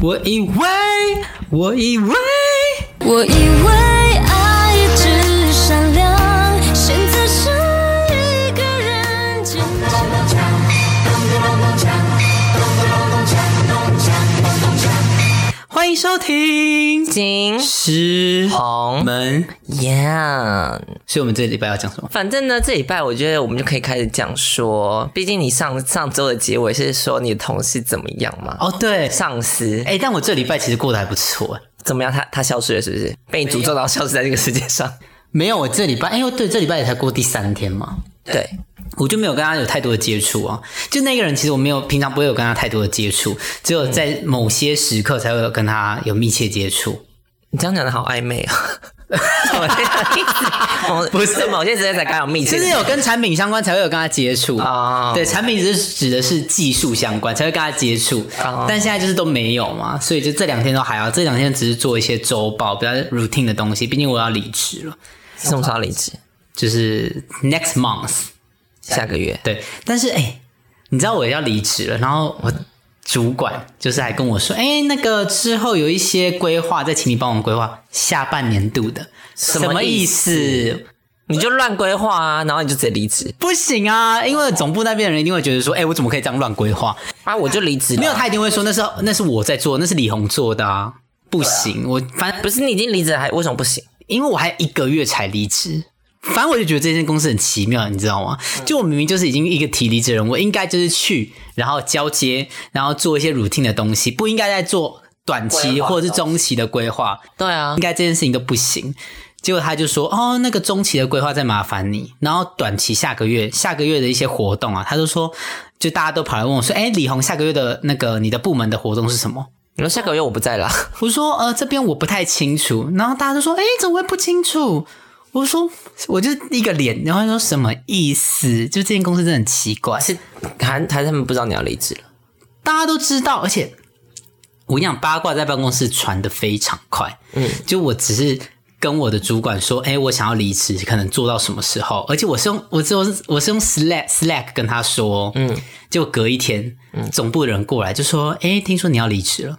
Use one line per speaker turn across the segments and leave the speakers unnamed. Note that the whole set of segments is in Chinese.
我以为，我以为，
我以为爱只善良，现在剩一个人坚强。
欢迎收听《
金
狮
红
门》。
Yeah，
所以我们这礼拜要讲什么？
反正呢，这礼拜我觉得我们就可以开始讲说，毕竟你上上周的结尾是说你的同事怎么样嘛？
哦，对，
上司
哎、但我这礼拜其实过得还不错。哎
怎么样？他他消失了是不是？被你诅咒到消失在这个世界上？
没有，我这礼拜，哎、呦，对，这礼拜也才过第三天嘛，
对，
我就没有跟他有太多的接触啊。就那个人，其实我没有平常不会有跟他太多的接触，只有在某些时刻才会有跟他有密切接触。
你这样讲的好 暧昧啊、哦！我
不是
某些时间才刚有密切
就
的，
是有跟产品相关才会有跟他接触
哦
对，产品只是指的是技术相关才会跟他接触
哦
但现在就是都没有嘛，所以就这两天都还好，这两天只是做一些周报比较 routine 的东西，毕竟我要离职了，
什么时候离职？
就是 next month。
下个月
对，但是哎、你知道我要离职了，然后我主管就是还跟我说，哎、那个之后有一些规划，再请你帮我们规划下半年度的，什
么
意
意
思？
你就乱规划啊，然后你就直接离职
不行啊，因为总部那边的人一定会觉得说，哎、我怎么可以这样乱规划？
啊，我就离职了。
没有，他一定会说那是那是我在做，那是李红做的啊，不行，我反正
不是你已经离职了，还为什么不行？
因为我还一个月才离职。反正我就觉得这间公司很奇妙，你知道吗？就我明明就是已经一个提离职的人，我应该就是去，然后交接，然后做一些 routine 的东西，不应该再做短期
规划
或者是中期的规划，
对啊
应，该这件事情都不行。结果他就说：“哦，那个中期的规划再麻烦你，然后短期下个月下个月的一些活动啊，他就说，就大家都跑来问我说，哎，李红下个月的那个你的部门的活动是什么？”
你说下个月我不在了，
我说呃这边我不太清楚，然后大家都说哎怎么会不清楚？我说我就一个脸，然后他说什么意思？就这间公司真的很奇怪，
是还还是他们不知道你要离职了？
大家都知道，而且我跟你讲八卦在办公室传的非常快，嗯，就我只是。跟我的主管说，哎、我想要离职，可能做到什么时候？而且我是用我是用我是用 Slack Slack 跟他说，嗯，就隔一天，总部的人过来就说，哎、听说你要离职了，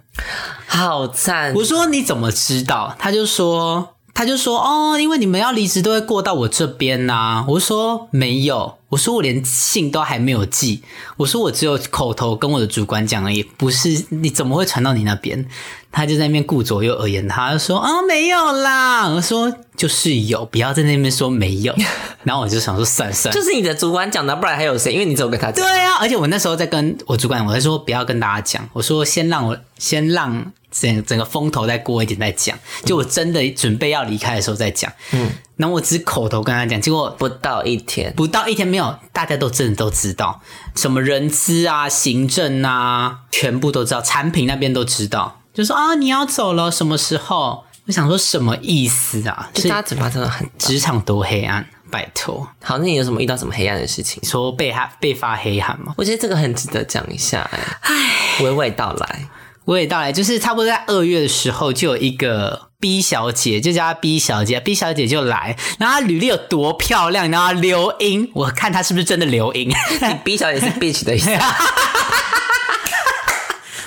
好赞！
我说你怎么知道？他就说，他就说哦，因为你们要离职都会过到我这边呐、我说没有，我说我连信都还没有寄，我说我只有口头跟我的主管讲而已，不是你怎么会传到你那边？他就在那边顾左右而言他，他就说啊、没有啦，我说就是有，不要在那边说没有。然后我就想说算了算了，
就是你的主管讲的，不然还有谁？因为你只有跟他讲。
对啊，而且我那时候在跟我主管，我在说不要跟大家讲，我说先让我先让整整个风头再过一点再讲，就我真的准备要离开的时候再讲。嗯，然后我只口头跟他讲，结果
不到一天，
不到一天没有，大家都真的都知道，什么人资啊、行政啊，全部都知道，产品那边都知道，就说啊你要走了，什么时候？我想说什么意思啊？
就
所以
大家嘴巴真的很大
职场多黑暗，拜托，
好。那你有什么遇到什么黑暗的事情？
你说被哈被发黑函吗？
我觉得这个很值得讲一下、哎，娓娓道来。
娓娓道来，就是差不多在二月的时候，就有一个 B 小姐，就叫她 B 小姐，B 小姐就来，然后她履历有多漂亮，然后她留音，我看她是不是真的留音，
你 B 小姐是 bitch 的意思，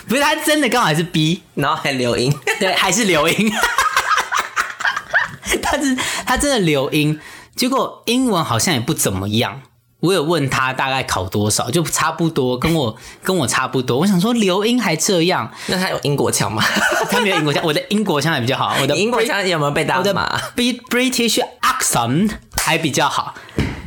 不是她真的刚好还是 B，
然后还留音，
对，还是留音， 她是她真的留音，结果英文好像也不怎么样。我有问她大概考多少，就差不多跟我跟我差不多。我想说留音还这样，
那她有英国腔吗？
她没有英国腔，我的英国腔还比较好，我的
英国腔有没有被
我
打
的
骂？
B British accent 还比较好。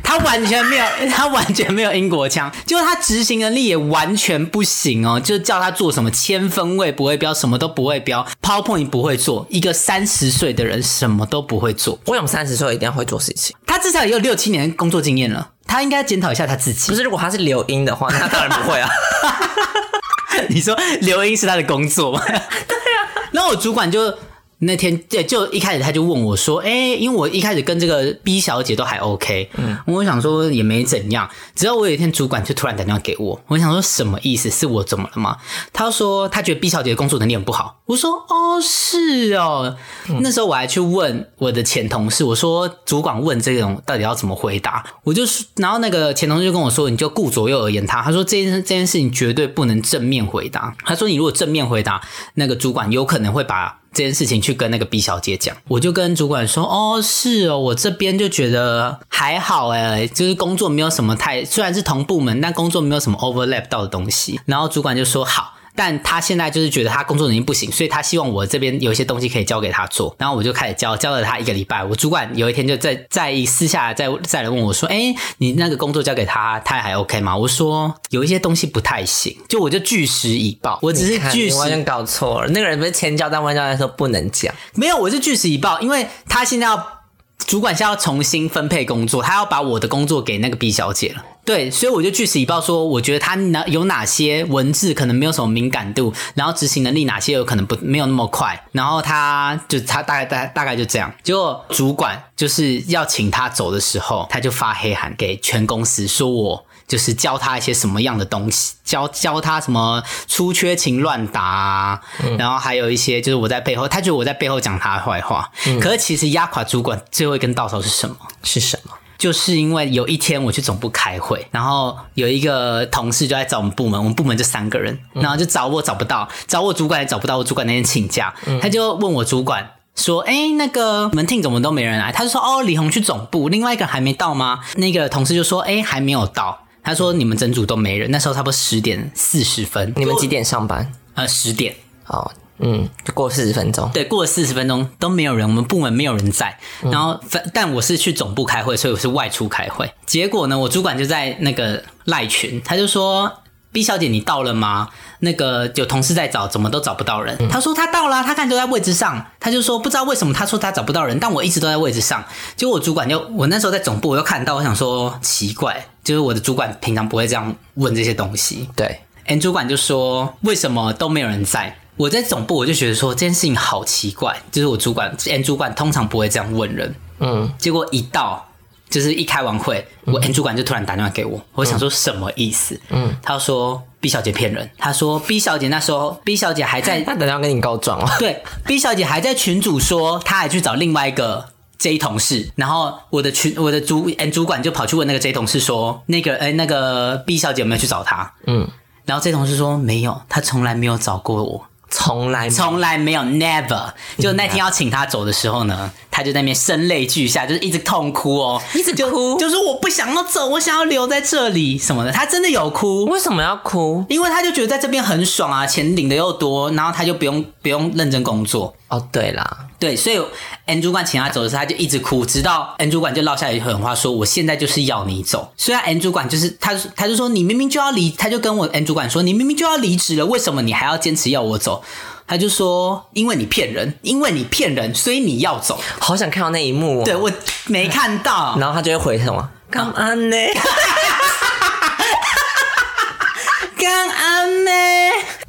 他完全没有， 他完全没有英国腔，就是他执行能力也完全不行哦。就叫他做什么千分位不会标，什么都不会标，PowerPoint 不会做。一个三十岁的人什么都不会做，
为什么三十岁一定要会做事情？
他至少也有六七年工作经验了，他应该检讨一下他自己
不。是，如果她是留音的话，那当然不会 啊。
你说留音是他的工作吗？对啊。然后我主管就那天对，就一开始他就问我说：“哎、因为我一开始跟这个 B 小姐都还 OK，嗯，我想说也没怎样。直到我有一天主管就突然打电话给我，我想说什么意思？是我怎么了吗？他说他觉得 B 小姐的工作能力很不好。我说哦，是哦。那时候我还去问我的前同事，我说主管问这种到底要怎么回答？我就说然后那个前同事就跟我说，你就顾左右而言他。他说这件这件事情绝对不能正面回答。他说你如果正面回答，那个主管有可能会把这件事情去跟那个 B 小姐讲，我就跟主管说，哦，是哦，我这边就觉得还好哎，就是工作没有什么太，虽然是同部门，但工作没有什么 overlap 到的东西。然后主管就说好。但他现在就是觉得他工作能力不行，所以他希望我这边有一些东西可以交给他做，然后我就开始教，教了他一个礼拜。我主管有一天就在在私下再再来问我说：“哎、你那个工作交给他，他还 OK 吗？”我说：“有一些东西不太行。”就我就据实以报，我只
你
是
看
据
你
实
完全搞错了。那个人不是前教，但外教来说不能讲。
没有，我是据实以报，因为他现在要主管现在要重新分配工作，他要把我的工作给那个 B 小姐了。对，所以我就据实以报说，我觉得他哪有哪些文字可能没有什么敏感度，然后执行能力哪些有可能不没有那么快，然后他就他大概大大概就这样。结果主管就是要请他走的时候，他就发黑函给全公司，说我就是教他一些什么样的东西，教教他什么出缺勤乱打、啊，然后还有一些就是我在背后，他觉得我在背后讲他的坏话，可是其实压垮主管最后一根稻草是什么？
是什么？
就是因为有一天我去总部开会，然后有一个同事就在找我们部门，我们部门就三个人，
嗯
然后就找我找不到，找我主管也找不到，我主管那天请假，
嗯
他就问我主管。说，哎、那个门厅怎么都没人来？他就说，哦，李红去总部，另外一个人还没到吗？那个同事就说，哎、还没有到。他说，你们整组都没人。那时候差不多十点四十分，
你们几点上班？
呃十点，
哦，嗯，就过四十分钟。
对，过了四十分钟都没有人，我们部门没有人在。然后，反但我是去总部开会，所以我是外出开会。结果呢，我主管就在那个赖群，他就说：“B 小姐，你到了吗？那个有同事在找，怎么都找不到人。他说：“他到了啊，他看就在位置上。”他就说：“不知道为什么，他说他找不到人，但我一直都在位置上。”结果我主管就，我那时候在总部，我又看到，我想说奇怪，就是我的主管平常不会这样问这些东西。
对，
N 主管就说：“为什么都没有人在？”我在总部我就觉得说这件事情好奇怪，就是我主管 N 主管通常不会这样问人，
嗯，
结果一到就是一开完会，我 N 主管就突然打电话给我，我想说什么意思？嗯，他说 B 小姐骗人，他说 B 小姐那时候 B 小姐还在
他等下跟你告 状哦。
对，B 小姐还在群主说，她还去找另外一个 J 同事，然后我的群我的主 N 主管就跑去问那个 J 同事说，那个哎、那个 B 小姐有没有去找她？嗯，然后 J 同事说没有，她从来没有找过我。
从来没
从来没有，never。就那天要请他走的时候呢，他就在那边声泪俱下，就是一直痛哭哦，
一直哭
就，就是我不想要走，我想要留在这里什么的。他真的有哭，
为什么要哭？
因为他就觉得在这边很爽啊，钱领的又多，然后他就不用不用认真工作。
哦，对啦，
对，所以 N 主管请他走的时候，他就一直哭，直到 N 主管就落下一句狠话说：“我现在就是要你走。”虽然 N 主管就是他，他就说你明明就要离，他就跟我 N 主管说：“你明明就要离职了，为什么你还要坚持要我走？”他就说：“因为你骗人，因为你骗人，所以你要走。
好想看到那一幕哦。
对，我没看 到。
然后他就会回什么？干嘛哦 呢？
干安呢？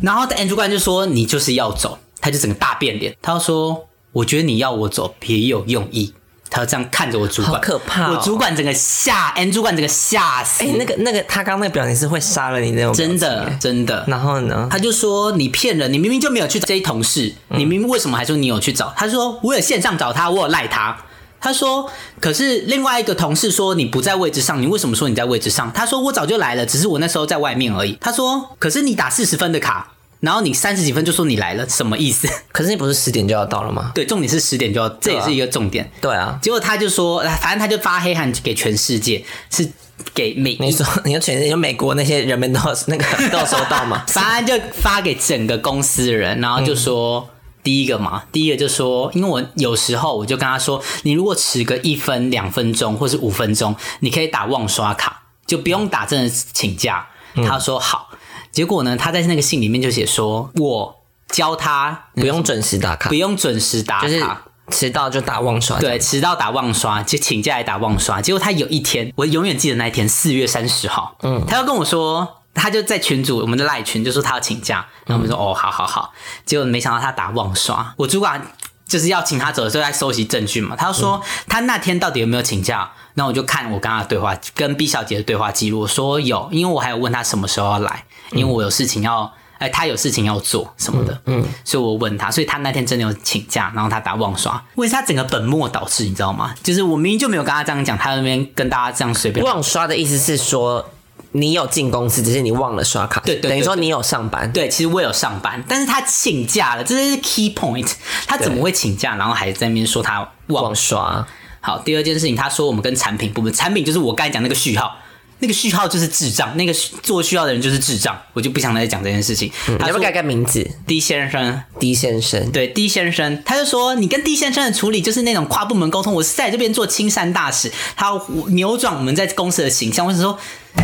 然后 N 主管就说：“你就是要走。”他就整个大变脸，他就说：“我觉得你要我走别有用意。”他就这样看着我主管，
好可怕哦
我主管整个吓，N 主管整个吓死。
哎、那个那个，他刚刚那个表情是会杀了你那种，
真。的真的。
然后呢？
他就说你骗人，你明明就没有去找这些同事，
嗯
你明明为什么还说你有去找？他说我有线上找他，我有赖他。他说，可是另外一个同事说你不在位置上，你为什么说你在位置上？他说我早就来了，只是我那时候在外面而已。他说，可是你打四十分的卡，然后你三十几分就说你来了，什么意思？
可是你不是十点就要到了吗？
对，重点是十点就要，这也是一个重点。
对啊，
结果他就说，反正他就发黑函给全世界，是给每
你说你说全你说美国那些人们都有那个 都有收到 吗？
反正就发给整个公司的人，然后就说、
嗯
第一个嘛，第一个就说，因为我有时候我就跟他说，你如果迟个一分、两分钟或是五分钟，你可以打忘刷卡，就不用打真的请假。
嗯
他说好，结果呢，他在那个信里面就写说，我教他
不用准时打卡
不，用准时打卡。
就是迟到就打忘刷。，
对，迟到打忘刷，就请假也打忘刷。结果他有一天，我永远记得那一天，四月三十号，嗯，他要跟我说，他就在群组，我们的赖群就说他要请假，然后我们说、哦，好好好。结果没想到他打忘刷，我主管就是要请他走的时候在收集证据嘛。他说他那天到底有没有请假？那我就看我刚刚的对话跟 B 小姐的对话记录，我说有，因为我还有问她什么时候要来，因为我有事情要，哎、她有事情要做什么的，嗯，所以我问她，所以她那天真的有请假，然后她打忘刷，为她整个本末倒置，你知道吗？就是我明明就没有跟她这样讲，她在那边跟大家这样随便。
忘刷的意思是说你有进公司，只是你忘了刷卡，
对对对
等于说
对
你有上班，
对，其实我有上班，但是她请假了，这是 key point。她怎么会请假，然后还在那边说她忘
忘刷。
好，第二件事情，他说我们跟产品部门，产品就是我刚才讲那个序号，那个序号就是智障，那个做序号的人就是智障，我就不想再讲这件事情。
嗯你
他
要不
说
要改改名字
D 先生，
？D 先生，
对 D 先生，他就说你跟 D 先生的处理就是那种跨部门沟通，我是在这边做亲善大使，他要扭转我们在公司的形象。我是说，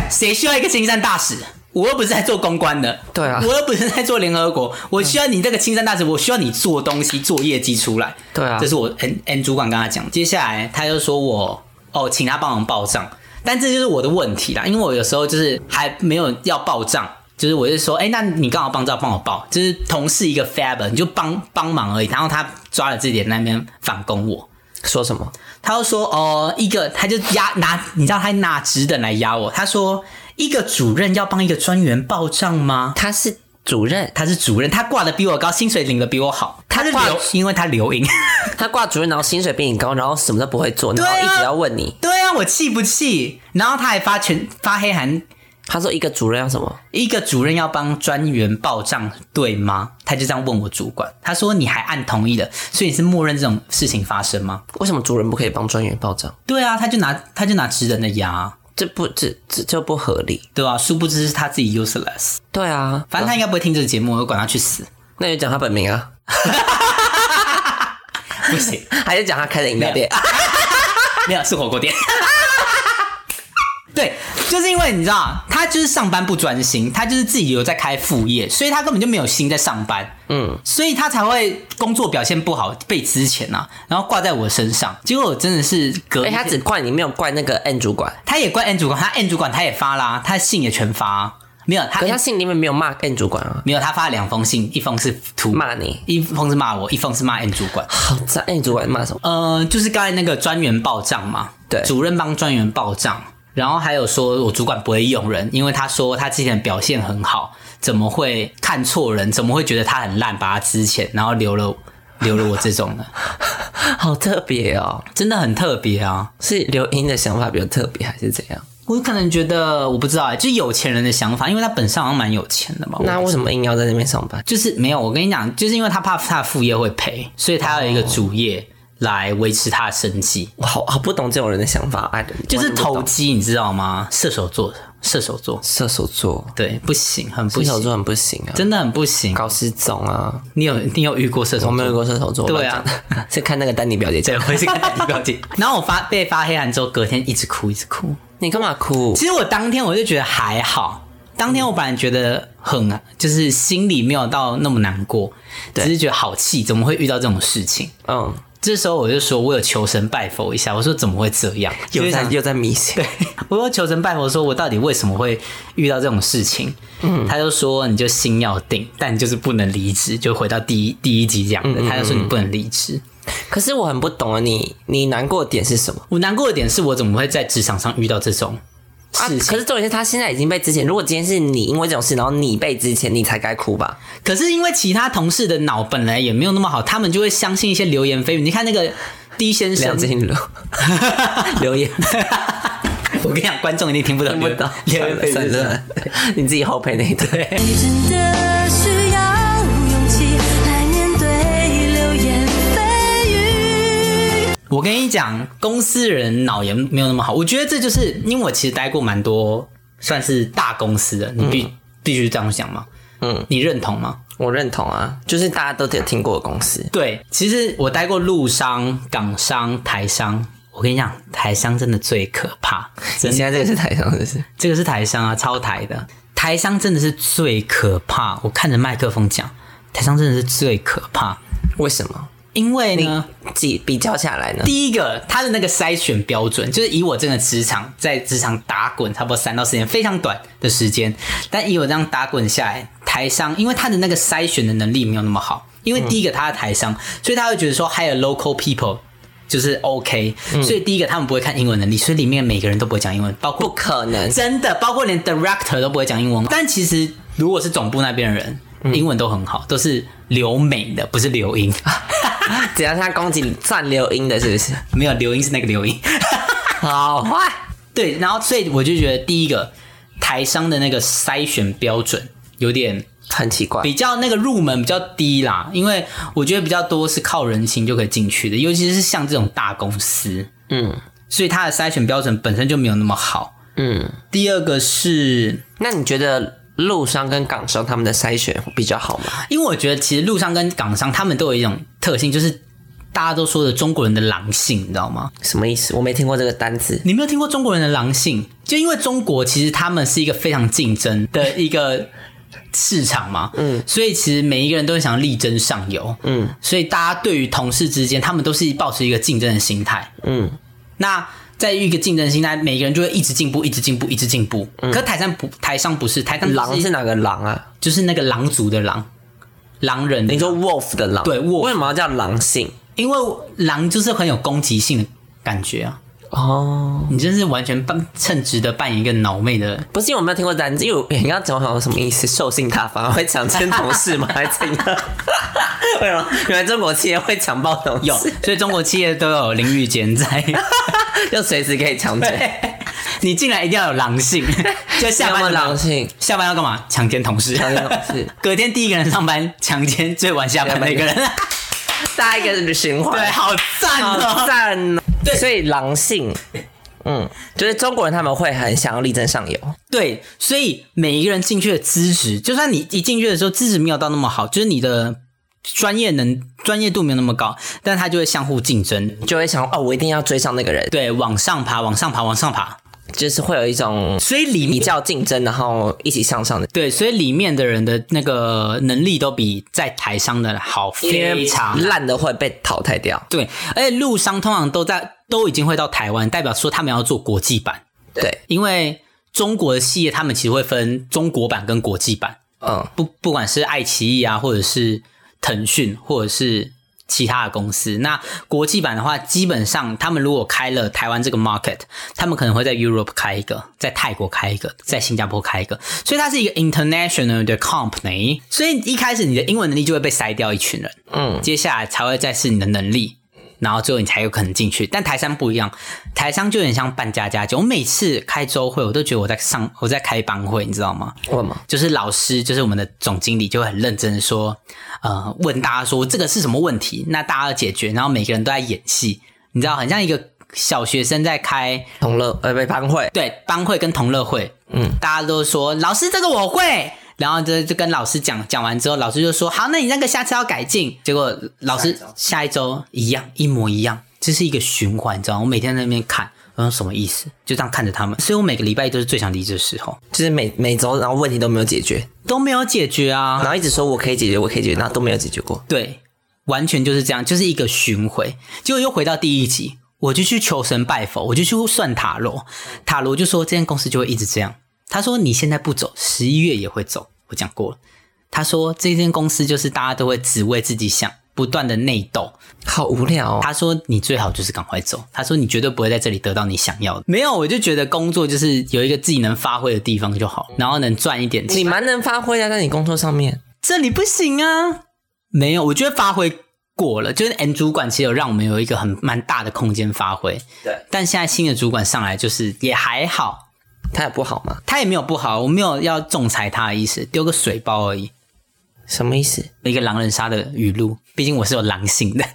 谁需要一个亲善大使？我又不是在做公关的，
对啊
我又不是在做联合国，我需要你这个亲善大使，我需要你做东西、做业绩出来。
对啊
这是我 N N 主管跟他讲。接下来他就说我哦，请他帮忙报账，但这就是我的问题啦，因为我有时候就是还没有要报账。就是我是说，哎、那你刚好帮账帮我报，就是同事一个 fab，你就帮帮忙而已。然后他抓了这点那边反攻我，
说什么？
他就说哦、一个他就压拿，你知道他拿职等来压我。他说一个主任要帮一个专员报账吗？
他是主任，
他是主任，他挂的比我高，薪水领的比我好，他是
挂
留，因为他留营。
他挂主任，然后薪水比你高，然后什么都不会做，
对
然后
啊
一直要问你。
对啊，我气不气？然后他还发全发黑函，
他说一个主任要什么？
一个主任要帮专员报账，对吗？他就这样问我主管，他说你还按同意的，所以你是默认这种事情发生吗？
为什么主任不可以帮专员报账？
对啊，他就拿他就拿职人的牙，
这不这这这不合理。
对啊，殊不知是他自己 useless，
对啊，
反正他应该不会听这个节目，我管他去死，
那就讲他本名啊，
不行，
还是讲他开的饮料店？
没有是火锅店。对，就是因为你知道，他就是上班不专心，他就是自己有在开副业，所以他根本就没有心在上班。
嗯，
所以他才会工作表现不好被之前啊，然后挂在我身上。结果我真的是隔
哎、
一天，
他只怪你，没有怪那
啊
个 N 主管。
他也怪 N 主管，他 N 主管他也发啦，他信也全发、啊没有他
可是他信里面没有骂 N 主管啊，
没有他发了两封信，一封是图，
骂你。
一封是骂我，一封是骂 N 主管。
好在 N 主管骂什么？
呃，就是刚才那个专员报账嘛，
对
主任帮专员报账，然后还有说我主管不会用人，因为他说他之前表现很好，怎么会看错人？怎么会觉得他很烂，把他之前然后留了 留了我这种的，
好特别哦，
真的很特别啊！
是刘英的想法比较特别，还是怎样？
我可能觉得我不知道、欸，就是有钱人的想法，因为他本身好像蛮有钱的嘛。
那
我
为什么硬要在那边上班？
就是没有，我跟你讲，就是因为他怕他的副业会赔，所以他要有一个主业来维持他的生计，
我好好不懂这种人的想法，哎，
就是投
投
机，你知道吗？射手座，射手座，
射手座，
对，不行，很不
射手
行，
座很不行啊，
真的很不行。
搞失踪啊，
你有你有遇过射手
我没有遇
座？
过射手座，
对啊
我乱讲 的，是看那个丹尼表姐
对，
讲，
我也是看代理标记。然后我发被发黑函之后，隔天一直哭，一直哭。
你干嘛哭？
其实我当天我就觉得还好，当天我本来觉得很就是心里没有到那么难过，只是觉得好气，怎么会遇到这种事情？
嗯，
这时候我就说，我有求神拜佛一下，我说怎么会这样？
又在
想
又在迷信，
我又求神拜佛，说我到底为什么会遇到这种事情？嗯，他就说你就心要定，但你就是不能离职，就回到第一第一集讲的，
嗯
他就说你不能离职。
可是我很不懂啊，你你难过的点是什么？
我难过的点是我怎么会在职场上遇到这种
啊！
事情？
可是重点是他现在已经被之前，如果今天是你因为这种事，然后你被之前，你才该哭吧？
可是因为其他同事的脑本来也没有那么好，他们就会相信一些流言蜚语。你看那个 D 先生
梁， 静茹留言
我跟你讲，观众一定听不懂
听
流言，
不 懂，
流言蜚语
算了算
是什么
了，你自己后配那一段。
你真的需要勇气来面对流言蜚语。
我跟你讲，公司人脑也没有那么好。我觉得这就是因为我其实待过蛮多算是大公司的，你必、必须这样想嘛。
嗯，
你认同吗？
我认同啊，就是大家都有听过的公司，
对，其实我待过陆商、港商、台商。我跟你讲，台商真的最可怕，真的
你现在这个是台上是不是？
这个是台商啊，超台的。台商真的是最可怕，我看着麦克风讲，台商真的是最可怕，
为什么？
因为呢，
比比较下来呢？
第一个他的那个筛选标准，就是以我这个职场在职场打滚差不多三到四年，非常短的时间，但以我这样打滚下来，台商因为他的那个筛选的能力没有那么好，因为第一个他在台上，所以他会觉得说 hire local people 就是 OK，、所以第一个他们不会看英文能力，所以里面每个人都不会讲英文，包括
不可能。
真的，包括连 director 都不会讲英文。但其实如果是总部那边的人，
嗯
英文都很好，都是留美的，不是留英。
只要他攻击算留音的，是不是？
没有留音是那个留音。
好坏，
对，然后所以我就觉得第一个台商的那个筛选标准有点
很奇怪。
比较那个入门比较低啦，因为我觉得比较多是靠人情就可以进去的，尤其是像这种大公司，
嗯
所以它的筛选标准本身就没有那么好。
嗯，
第二个是
那你觉得陆商跟港商他们的筛选比较好吗？
因为我觉得其实陆商跟港商他们都有一种特性，就是大家都说的中国人的狼性，你知道吗？
什么意思？我没听过这个单词。
你没有听过中国人的狼性？就因为中国其实他们是一个非常竞争的一个市场嘛，嗯，所以其实每一个人都想力争上游，嗯，所以大家对于同事之间，他们都是保持一个竞争的心态，
嗯，
那在一个竞争心态，每个人就会一直进步，一直进步，一直进步。可台上不，台上不是台上
狼
是
是哪个狼啊？
就是那个狼族的狼，狼人的
你说 wolf 的狼？
对，wolf
为什么要叫狼性？
因为狼就是很有攻击性的感觉啊！
哦，
你真是完全扮称职的扮演一个脑妹的，
不是因为我没有听过单词，因为我你刚刚讲好像什么意思？兽性大发会强奸同事吗？还是怎 样？为什么？原来中国企业会强暴同事，
有，所以中国企业都有淋浴间 在。
就随时可以强奸。
你进来一定要有狼 性，就下
要
班
么
怎么样
狼，性，
下班要干嘛？强奸同事，
强奸同事，
隔天第一个人上班强奸最晚下班的一个人，
大家一个循 环。
对，好赞
好
哦！
赞哦！
对
所以狼性，嗯，就是中国人他们会很想要力争上游，
对，所以每一个人进去的资质，就算你一进去的时候资质没有到那么好，就是你的专业能专业度没有那么高，但他就会相互竞争，
就会想哦，我一定要追上那个人，
对，往上爬，往上爬，往上爬。
就是会有一种
所以里
比
面
较竞争，然后一起向上的。
对，所以里面的人的那个能力都比在台上的好非常。
烂的会被淘汰掉，
对，而且陆商通常都在都已经会到台湾，代表说他们要做国际版，
对，
因为中国的企业他们其实会分中国版跟国际版，
嗯，
不不管是爱奇艺啊，或者是腾讯，或者是其他的公司。那国际版的话，基本上他们如果开了台湾这个 market，他们可能会在 Europe 开一个，在泰国开一个，在新加坡开一个，所以它是一个 international 的 company。所以一开始你的英文能力就会被筛掉一群人，
嗯，
接下来才会再是你的能力。然后最后你才有可能进去，但台商不一样，台商就有点像办家家酒。我每次开周会，我都觉得我在上我在开班会，你知道吗？
问嘛，
就是老师，就是我们的总经理就会很认真地说，呃，问大家说这个是什么问题，那大家要解决，然后每个人都在演戏，你知道，很像一个小学生在开
同乐呃被班会，
对班会跟同乐会，嗯，大家都说老师这个我会。然后就就跟老师讲，讲完之后，老师就说：“好，那你那个下次要改进。”结果老师下一周一样，一模一样，这是一个循环，你知道吗？我每天在那边看，我说什么意思？就这样看着他们，所以我每个礼拜都是最想离职的时候，
就是每每周然后问题都没有解决，
都没有解决啊。
然后一直说我可以解决，我可以解决，然后都没有解决过，
对，完全就是这样，就是一个巡回。结果又回到第一集，我就去求神拜佛，我就去算塔罗，塔罗就说这间公司就会一直这样。他说你现在不走，十一月也会走。我讲过了，他说这间公司就是大家都会只为自己想，不断的内斗。
好无聊、哦。
他说你最好就是赶快走，他说你绝对不会在这里得到你想要的。没有，我就觉得工作就是有一个自己能发挥的地方就好，然后能赚一点钱
你。蛮能发挥的，在你工作上面，
这里不行啊。没有，我觉得发挥过了，就是 N 主管其实有让我们有一个很蛮大的空间发挥，
对，
但现在新的主管上来就是也还好，
他也不好吗？
他也没有不好，我没有要仲裁他的意思，丢个水包而已，
什么意思？
一个狼人杀的语录，毕竟我是有狼性的。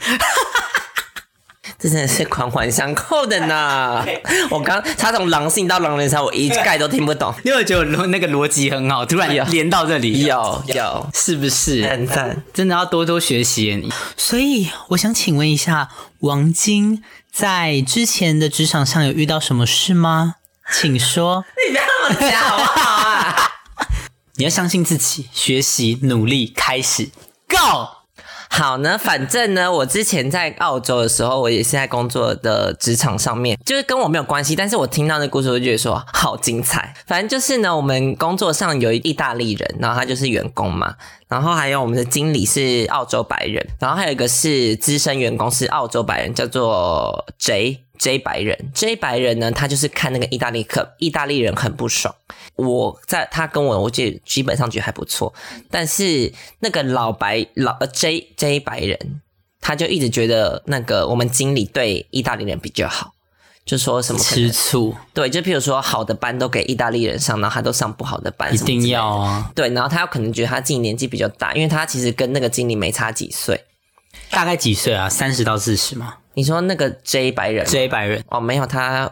这真的是环环相扣的 呢。我刚他从狼性到狼人杀，我一概都听不懂。
因为我觉得我那个逻辑很好，突然
有
连到这里，
有有，
是不是？
很赞。
真的要多多学习耶你。所以我想请问一下，王晶在之前的职场上有遇到什么事吗？请说。
你不要那 么讲好不好啊？
你要相信自己，学习、努力，开始，Go！
好好呢，反正呢，我之前在澳洲的时候，我也是在工作的职场上面，就是跟我没有关系，但是我听到那故事，我就觉得说好精彩。反正就是呢，我们工作上有一意大利人，然后他就是员工嘛，然后还有我们的经理是澳洲白人，然后还有一个是资深员工是澳洲白人，叫做 J。J 白人，J 白人呢，他就是看那个意大利客，意大利人很不爽。我在他跟我，我觉得基本上觉得还不错，但是那个老白老呃 J J 白人，他就一直觉得那个我们经理对意大利人比较好，就说什么可能
吃醋
对，就譬如说好的班都给意大利人上，然后他都上不好的班，
一定要啊，
对，然后他可能觉得他自己年纪比较大，因为他其实跟那个经理没差几岁。
大概几岁啊？三十到四十吗
你说那个 J 白人吗
？J 白人
哦，没有他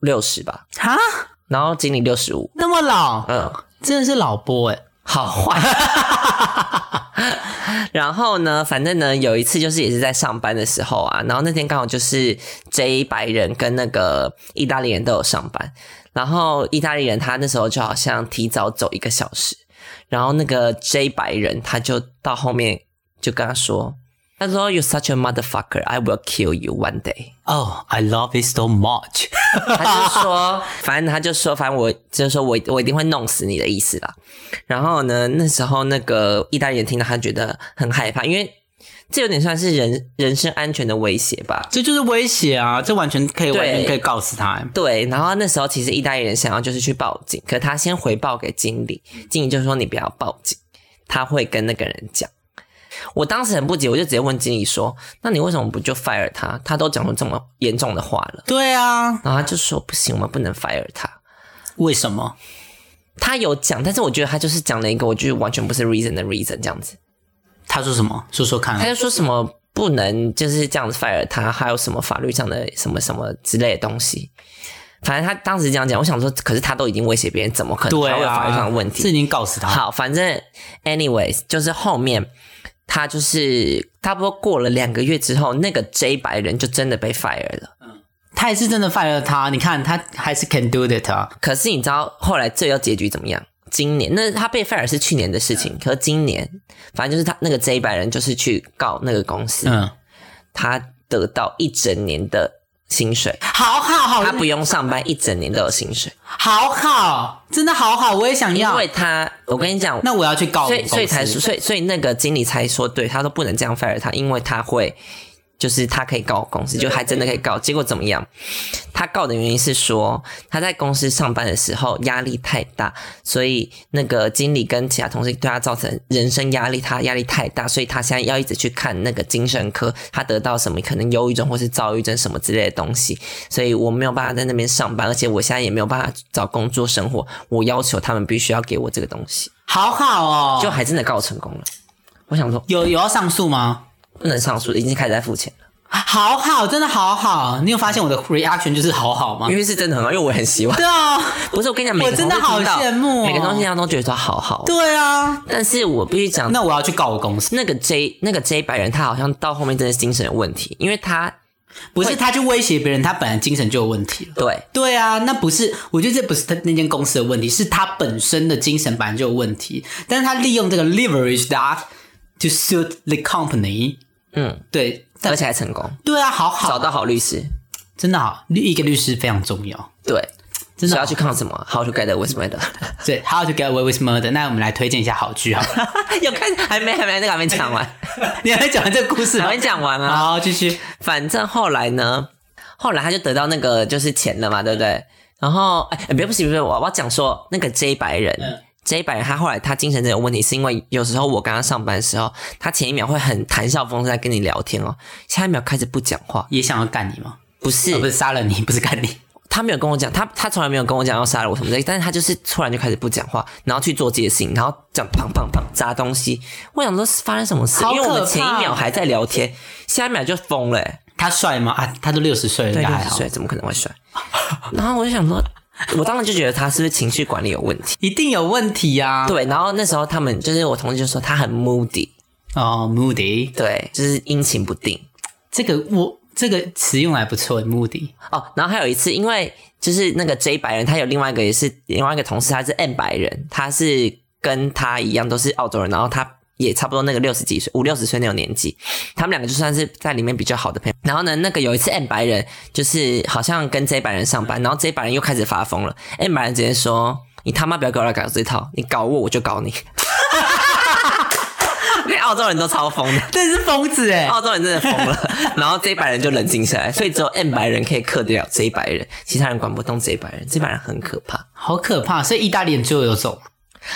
六十吧，
哈，
然后经理六十五，
那么老，
嗯，
真的是老波哎、
好 坏。然后呢，反正呢，有一次就是也是在上班的时候啊，然后那天刚好就是 J 白人跟那个意大利人都有上班，然后意大利人他那时候就好像提早走一个小时，然后那个 J 白人他就到后面就跟他说，他说 You such a motherfucker, I will kill you one day。
哦、i love it so much
他就说，反正他就说，反正我就是说我我一定会弄死你的意思啦。然后呢，那时候那个意大利人听到他觉得很害怕，因为这有点算是人人身安全的威胁吧。
这就是威胁啊！这完全可以，
对
完全可以告诉他、欸
对，然后那时候其实意大利人想要就是去报警，可他先回报给经理，经理就说你不要报警，他会跟那个人讲。我当时很不解，我就直接问经理说：“那你为什么不就 fire 他？他都讲出这么严重的话了。
对啊，”
然后他就说：“不行，我们不能 fire 他。”
为什么？
他有讲，但是我觉得他就是讲了一个，我就是完全不是 reason 的 reason 这样子。
他说什么？说说看
他
啊。
就说什么不能就是这样子 fire 他，还有什么法律上的什么什么之类的东西。反正他当时这样讲，我想说，可是他都已经威胁别人，怎么可能
对
还会有法律上
啊
的问，
这已
题？
经告诉他。
好，反正 anyways，就是后面他就是差不多过了两个月之后，那个 J 白人就真的被 fire 了。
他也是真的 fire 了他，你看他还是 can do that 啊。
可是你知道后来最后结局怎么样？今年那他被 fire 是去年的事情，
嗯
可是今年反正就是他那个 J 白人就是去告那个公司，
嗯，
他得到一整年的薪水，
好好好
他，不用上班一整年都有薪水，
好好，真的好好，我也想
因
要
为。他我跟你讲，
那我要去告我
所
们
以
公司，
所以才所以所以那个经理才说，对他都不能这样 fire 他，因为他会就是他可以告公司，就还真的可以告。结果怎么样？他告的原因是说他在公司上班的时候压力太大，所以那个经理跟其他同事对他造成人生压力，他压力太大，所以他现在要一直去看那个精神科，他得到什么可能忧郁症或是躁郁症什么之类的东西，所以我没有办法在那边上班，而且我现在也没有办法找工作生活，我要求他们必须要给我这个东西。
好好哦。
就
就
还真的告成功了。我想说，
有有要上诉吗？
不能上诉，已经开始在付钱了，
好好，真的好好。你有发现我的 reaction 就是好好吗
因？为是真的很好，因为我也很希望。
对啊，
不是我跟你讲，每个
我真的
同事听到
好羡慕哦
每个东西他都觉得说好好。
对啊。
但是我必须讲，
那我要去告我公司，
那个 J 那个 J 白人，他好像到后面真的是精神有问题，因为他
不是他去威胁别人，他本来精神就有问题了。
对
对啊，那不是，我觉得这不是他那间公司的问题，是他本身的精神本来就有问题，但是他利用这个 leverage that to suit the company，
嗯，
对，但
而且还成功
对啊，好好，
找到好律师，
真的好，律一个律师非常重要，
对，
真的
所以
好
要去看什么？How 啊 to get away with murder？
对，How to Get Away with Murder，那我们来推荐一下好剧好 了，
有看还没还没那个还没讲完，
你还没讲完这个故事吗，
还没讲完 啊。
好，继续，
反正后来呢，后来他就得到那个就是钱了嘛，对不对？然后哎，哎别不行，不行，我我要讲说那个 J 白人、
嗯
j 白人他后来他精神真的有问题，是因为有时候我跟他上班的时候，他前一秒会很谈笑风生在跟你聊天哦，下一秒开始不讲话，
也想要干你吗？
不是、
哦不是杀了你，不是干你，
他没有跟我讲，他他从来没有跟我讲要杀了我什么的，但是他就是突然就开始不讲话，然后去做这些事情，然后讲砰砰砰砸东西。我想说是发生什么事，
好
因为我们
可怕
前一秒还在 聊天，下一秒就疯了、欸
他帅吗？啊，他都六十岁了，应
对，
该
六
还
十
好，
岁怎么可能会帅？ 然后我就想说，我当时就觉得他是不是情绪管理有问题？
一定有问题呀、啊，
对，然后那时候他们就是我同事就说他很 moody，
哦，Moody，
对，就是阴晴不定
这个我这个词用来不错，Moody，
哦。然后还有一次，因为就是那个 J 白人，他有另外一个也是另外一个同事，他是 M 白人，他是跟他一样都是澳洲人，然后他也差不多那个六十几岁、五六十岁那种年纪，他们两个就算是在里面比较好的朋友。然后呢，那个有一次 M 白人就是好像跟 J 白人上班，然后 J 白人又开始发疯了，M 白人直接说：“你他妈不要给我来搞这套，你搞我我就搞你。” 连澳洲人都超疯的。
这是疯子哎、
澳洲人真的疯了，然后这一百人就冷静下来，所以只有 N 白人可以克得了这一百人，其他人管不动这一百人，这一百人很可怕。
好可怕！所以意大利人最后有走，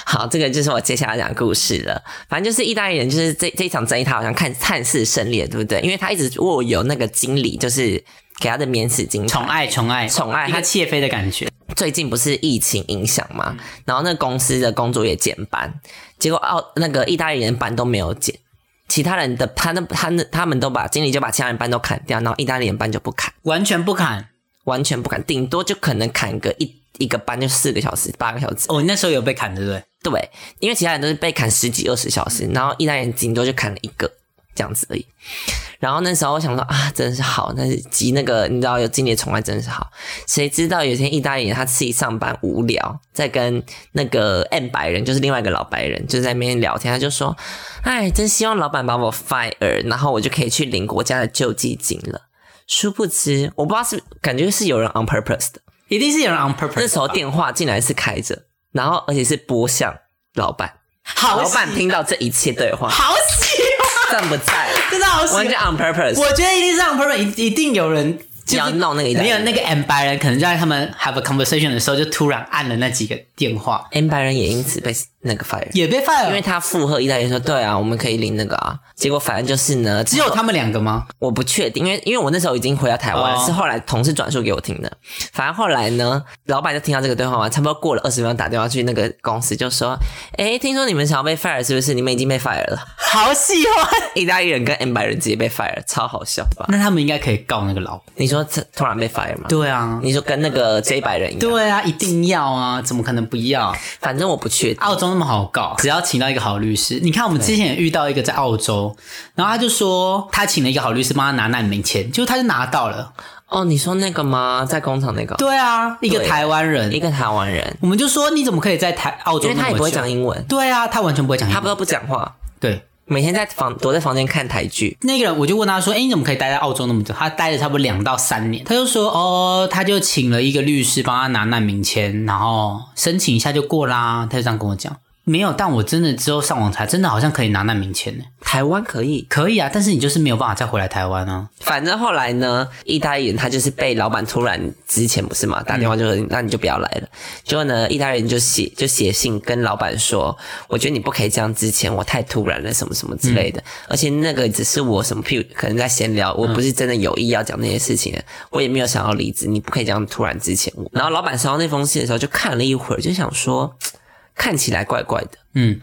好，这个就是我接下来讲的故事了。反正就是意大利人，就是这这一场争议，他好像看看似胜利了，对不对？因为他一直握有那个经理，就是给他的免死金牌
宠爱宠爱
宠爱
一
他
个窃妃的感觉。
最近不是疫情影响
嗯
嘛，然后那公司的工作也减班，结果澳那个意大利人班都没有减，其他人的他那他那他们都把经理就把其他人班都砍掉，然后意大利人班就不砍，
完全不砍。
完全不砍，顶多就可能砍个一一个班就四个小时八个小时，
哦，你那时候有被砍，对不对？
对，因为其他人都是被砍十几二十小时，然后意大利人顶多就砍了一个这样子而已。然后那时候我想说啊，真是好，但是集那个你知道有经理的宠爱真是好。谁知道有些意大利人他自己上班无聊，在跟那个 M 白人，就是另外一个老白人，就在那边聊天，他就说：“哎，真希望老板把我 fire，然后我就可以去领国家的救济金了。”殊不知，我不知道是感觉是有人 on purpose 的，
一定是有人 on
那
purpose。
时候电话竟然是开着，然后而且是拨向老板。
好
老板
喜
听到这一切 对话，
好喜欢，
赞不赞？
真的好喜
完全
欢。
on purpose，
我觉得一定是 on purpose，一一定有人就是
要弄那个一大
没有
堆
那个 M 白人，可能在他们 have a conversation 的时候，就突然按了那几个电话，
，N 白人也因此被那个 fire，
也被 fire 了。
因为他附和意大利人说，对啊，我们可以领那个啊。结果反正就是呢，
只有他们两个吗？
我不确定，因为因为我那时候已经回到台湾了，
哦
是后来同事转述给我听的。反正后来呢，老板就听到这个对话完，差不多过了二十分钟，打电话去那个公司就说：“诶，听说你们想要被 fire 是不是？你们已经被 fire 了。
好喜欢。”
意大利人跟 N 白人直接被 fire，超好笑吧？
那他们应该可以告那个老板。
你说这突然被 fire 吗？
对啊，
你说跟那个 J 白人一样，
对啊，一定要啊，怎么可能不要？
反正我不确定。
澳洲那么好告，只要请到一个好律师。你看，我们之前也遇到一个在澳洲，然后他就说他请了一个好律师帮他拿难民签，结果他就拿到了。
哦，你说那个吗？在工厂那个，
对啊，一个
对
台湾
一
人，
个台湾人，
我们就说你怎么可以在台澳洲
因
那么久？
为他也不会讲英文，
对啊，他完全不会讲英
他不
文。
都不讲话，
对，
每天在房躲在房间看台剧。
那个人我就问他说：“哎，你怎么可以待在澳洲那么久？”他待了差不多两到三年，他就说：“哦，他就请了一个律师帮他拿难民签，然后申请一下就过啦。”他就这样跟我讲。没有，但我真的之后上网查，真的好像可以拿难民签呢。
台湾可以，
可以啊，但是你就是没有办法再回来台湾啊。
反正后来呢，意大利人他就是被老板突然之前不是嘛，打电话就说、那你就不要来了。结果呢，意大利人就写就写信跟老板说，我觉得你不可以这样，之前我太突然了，什么什么之类的。而且那个只是我什么，譬如可能在闲聊，我不是真的有意要讲那些事情的，我也没有想要离职，你不可以这样突然之前我。然后老板收到那封信的时候，就看了一会儿，就想说，看起来怪怪的。
嗯，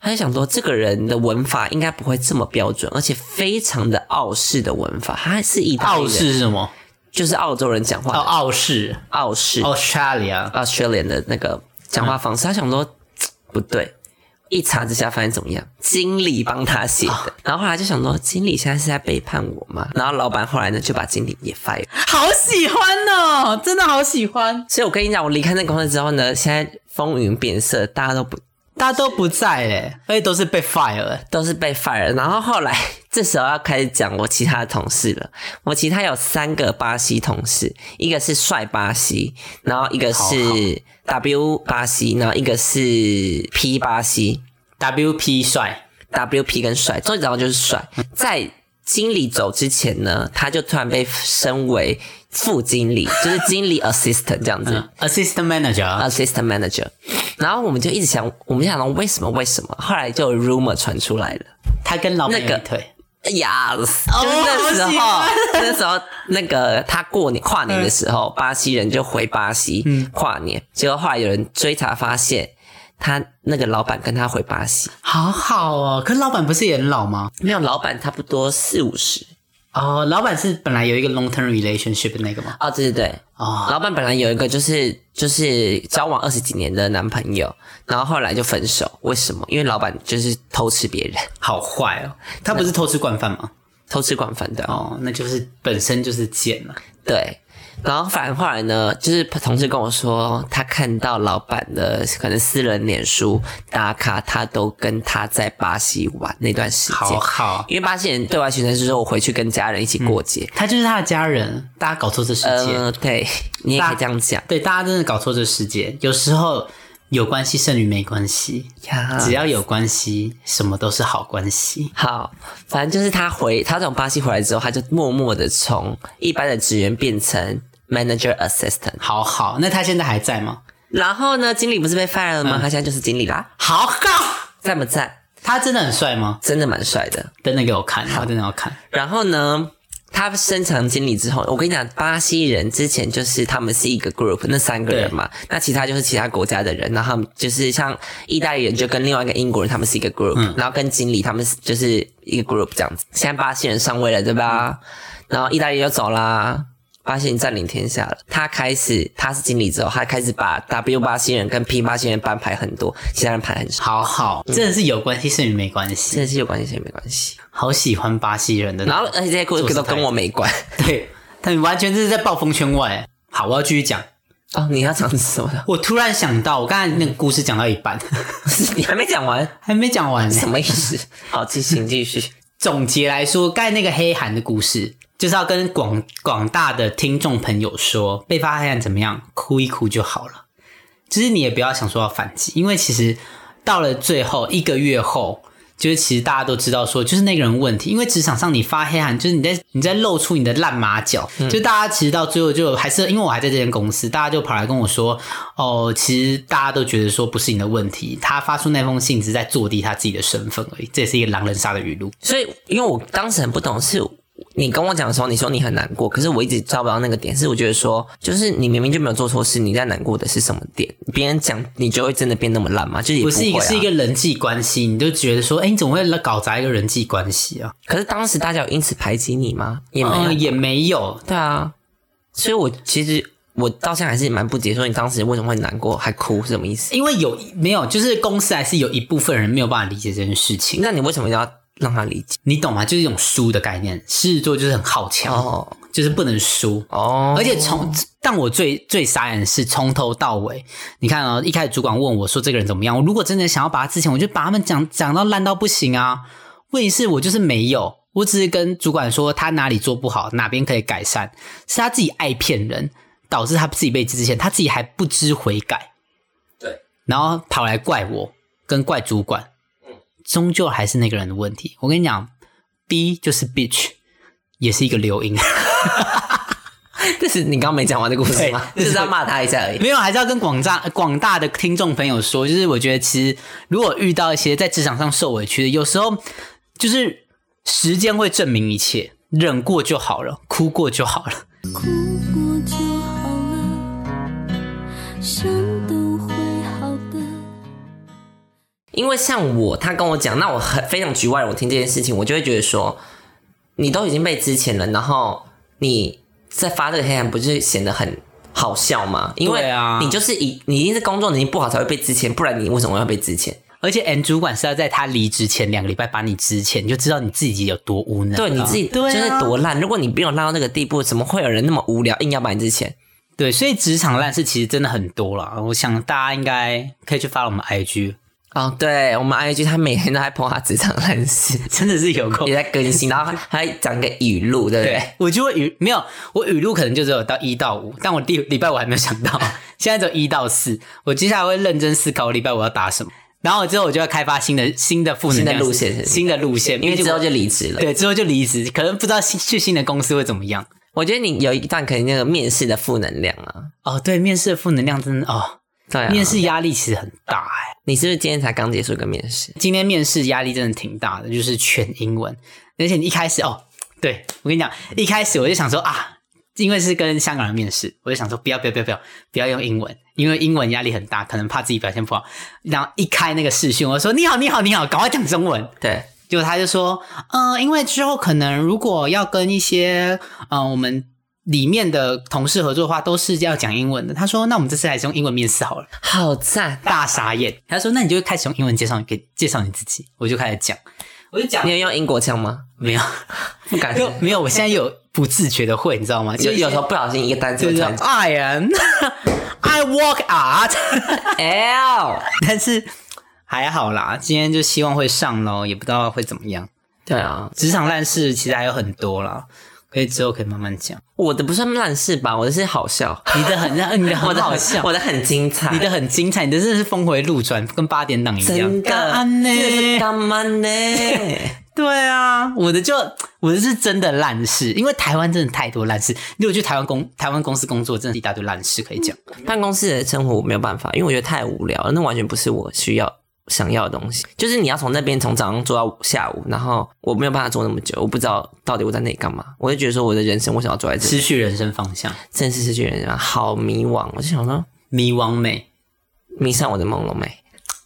他就想说，这个人的文法应该不会这么标准，而且非常的傲式的文法。他是意大利
澳
人，
式是什么？
就是澳洲人讲
哦，
话的
澳式
傲式
，Australia。
Australian 的那个讲话方式。他想说嘖不对，一查之下发现怎么样？经理帮他写
哦
的。然后后来就想说，经理现在是在背叛我吗？然后老板后来呢就把经理也 fire。
好喜欢哦，真的好喜欢，
所以我跟你讲，我离开那个公司之后呢，现在风云变色，大家都不
大家都不在嘞，而且都是被 fire 了。
都是被 fire。然后后来这时候要开始讲我其他的同事了。我其他有三个巴西同事，一个是帅巴西，然后一个是 W 巴西，然后一个是 P 巴西
WP 帅，
，WP 跟帅，最早就是帅。在经理走之前呢，他就突然被升为副经理，就是经理 assistant 这样子。
嗯，Assistant Manager，
assistant manager，然后我们就一直想，我们想到为什么为什么，后来就有 rumor 传出来了，
他跟老板
那个
有一腿，
Yes，、就是那时
哦好喜
候
欢，
那时候那个他过年跨年的时
嗯
候，巴西人就回巴西跨年，结果后来有人追查发现，他那个老板跟他回巴西，
好好哦。可是老板不是也很老吗？
没有老板差不多四五十
哦，老板是本来有一个 long term relationship 的那个吗？
哦，对对对，
哦，
老板本来有一个就是就是交往二十几年的男朋友，然后后来就分手，为什么？因为老板就是偷吃别人，
好坏哦，他不是偷吃惯犯吗？
偷吃惯犯的，
嗯哦，那就是本身就是贱了。
对。然后反而后来呢，就是同事跟我说，他看到老板的可能私人脸书打卡，他都跟他在巴西玩那段时
好
间。
好，
因为巴西人对外宣称是说我回去跟家人一起过节。
他就是他的家人，大家搞错这世界。
呃，对你也可以这样讲
对，大家真的搞错这世界。有时候有关系胜于没关系，
呀。
只要有关系，什么都是好关系。
好，反正就是他回他从巴西回来之后，他就默默的从一般的职员变成 manager assistant。
好好，那他现在还在吗？
然后呢，经理不是被 fire 了吗？他现在就是经理啦，
好好，
赞不赞？
他真的很帅吗？
真的蛮帅的。
真的给我看，我真的要看。
然后呢，他升成经理之后，我跟你讲，巴西人之前就是他们是一个 group，那三个人嘛，那其他就是其他国家的人，然后他们就是像意大利人就跟另外一个英国人，他们是一个 group，、然后跟经理他们是就是一个 group 这样子。现在巴西人上位了，对吧？然后意大利就走啦。巴西人占领天下了，他开始他是经理之后，他开始把 W 巴西人跟 P 巴西人班排很多，其他人排很少，
好好，真的是有关系胜于没关系。
这嗯是有关系，谁没关系。
好喜欢巴西人的那
然
种，
后而呃且这些故
做事
事都跟我没关。
对，他完全就是在暴风圈外。好，我要继续讲。
哦，你要讲什么呢？
我突然想到，我刚才那个故事讲到一半，
你还没讲完，
还没讲完呢。
什么 意思？好，继续继续。
总结来说，刚才那个黑韩的故事，就是要跟广广大的听众朋友说，被发黑韩怎么样，哭一哭就好了。就是你也不要想说要反击，因为其实到了最后一个月后，就是其实大家都知道说，就是那个人问题，因为职场上你发黑函，就是你在你在露出你的烂马脚，就大家其实到最后就还是因为我还在这间公司，大家就跑来跟我说，哦，其实大家都觉得说不是你的问题，他发出那封信只是在坐低他自己的身份而已，这也是一个狼人杀的语录。
所以，因为我当时很不懂，是你跟我讲的时候，你说你很难过，可是我一直抓不到那个点，是我觉得说，就是你明明就没有做错事，你在难过的是什么点？别人讲你就会真的变那么烂吗？就是也
不
会、啊、
是一个是一个人际关系，你就觉得说，哎、你怎么会搞砸一个人际关系啊？
可是当时大家有因此排挤你吗？也没有，
嗯，也没有，
对啊。所以我其实我到现在还是蛮不解，说你当时为什么会难过还哭是什么意思？
因为有没有，就是公司还是有一部分人没有办法理解这件事情。
那你为什么要让他理解？
你懂吗？就是一种输的概念。狮子座就是很好强，
哦
就是不能输。
哦，
而且从，但我最最傻眼的是从头到尾，你看啊、一开始主管问我说这个人怎么样，我如果真的想要把他之前，我就把他们讲讲到烂到不行啊。问题是我就是没有，我只是跟主管说他哪里做不好，哪边可以改善，是他自己爱骗人，导致他自己被之前他自己还不知悔改，
对，
然后跑来怪我跟怪主管，终究还是那个人的问题。我跟你讲，B 就是 bitch，也是一个流音。
这是你刚刚没讲完的故事吗？
对
就是要骂他一下而已。
没有，还是要跟广大广大的听众朋友说，就是我觉得其实如果遇到一些在职场上受委屈的，有时候就是时间会证明一切，忍过就好了，哭过就好了。
哭过就好了，伤都会好的。
因为像我，他跟我讲，那我很非常局外人，我听这件事情，我就会觉得说，你都已经被之前了，然后你在发这个黑暗，不是显得很好笑吗？因
对
为
啊
你就是一，你一定是工作能力不好才会被之前，不然你为什么要被之前？
而且 N 主管是要在他离职前两个礼拜把你之前，你就知道你自己有多无能了。
对，你自己
对、啊、
就是多烂。如果你没有烂到那个地步，怎么会有人那么无聊，硬要把你之前？
对，所以职场烂事其实真的很多了。我想大家应该可以去发我们 IG，
哦，对我们 IG 他每天都在破他职场烂事，
真的是有够
也在更 新，然后还讲个语录，对不对？
对，我就会语没有，我语录可能就只有到一到五，但我礼礼拜五还没有想到， 现在只有一到四。我接下来会认真思考礼拜我要打什么，然后之后我就要开发新的新的负能量
新的路线是不是
新的路线，
因为
毕竟
之后
我
就离职了。
对之后就离职，可能不知道新去新的公司会怎么样。
我觉得你有一段可能那个面试的负能量啊，
哦，对，面试的负能量真的哦，
对啊，
面试压力其实很大哎、
你是不是今天才刚结束一个面试？
今天面试压力真的挺大的，就是全英文，而且你一开始哦，对我跟你讲，一开始我就想说啊，因为是跟香港人面试，我就想说啊不要不要不要不要不要用英文，因为英文压力很大，可能怕自己表现不好。然后一开那个视讯，我说你好你好你好，赶快讲中文。
对，
结果他就说，嗯、因为之后可能如果要跟一些嗯、呃我们里面的同事合作的话，都是要讲英文的。他说，那我们这次还是用英文面试好了。
好赞！
大傻眼。他说：“那你就开始用英文介绍你给介绍你自己。”我就开始讲，我就讲
你有用英国腔吗？
没有
不敢。
没有，我现在有不自觉的会，你知道 吗？
就
一些
有时候不小心一个单词
就
会
是
传
I am I work art，
L，
但是还好啦，今天就希望会上咯，也不知道会怎么样。
对啊，
职场烂事其实还有很多啦，可以之后可以慢慢讲。
我的不算烂事吧，我的是好笑，
你的很让，你的
我
很
的
好笑，
我的很精彩，
你的很精彩，你的真的是峰回路转，跟八点档一样。
真的
干
真的是
呢？
干嘛呢？
对啊，我的就我的是真的烂事，因为台湾真的太多烂事。如果去台湾公台湾公司工作，真的是一大堆烂事可以讲。
办公室的生活我没有办法，因为我觉得太无聊了，那完全不是我需要想要的东西。就是你要从那边从早上做到下午，然后我没有办法做那么久，我不知道到底我在那里干嘛。我就觉得说我的人生为什么要坐在这里？
失去人生方向，
真是失去人生，好迷惘。我就想说，
迷惘美，
迷上我的朦胧美。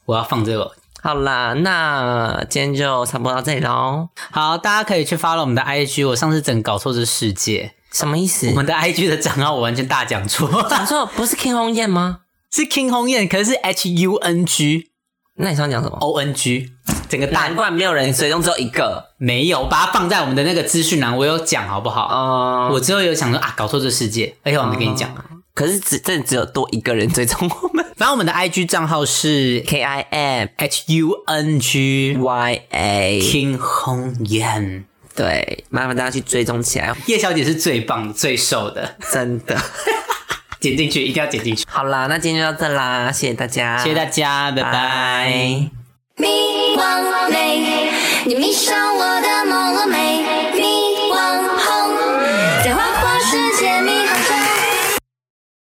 我要放这个。
好啦，那今天就差不多到这里喽。
好，大家可以去 follow 我们的 IG。我上次整搞错这世界，
什么意思
我？们的 IG 的账号我完全大讲 错，
讲错不是 King 鸿雁吗？
是 King 鸿雁，可是是 H U N G
那你想讲什么？
O N G，整个大
难怪没有人，水中只有一个。
没有，把它放在我们的那个资讯栏，我有讲好不好？
哦、
我之后有想说啊，搞错这世界，而且我没跟你讲。
可是只真的只有多一个人追踪我们。
反正我们的 IG 账号是
K I M
H U N G
Y A，
King Hong Yan。
对，麻烦大家去追踪起来，哦
叶小姐是最棒、最瘦的，
真的。
剪进去一定要剪进去。
好啦，那今天就到这啦，谢谢大家，
谢谢大家，拜拜。
迷惘美，你迷上我的朦胧美，迷惘红，在花花世界迷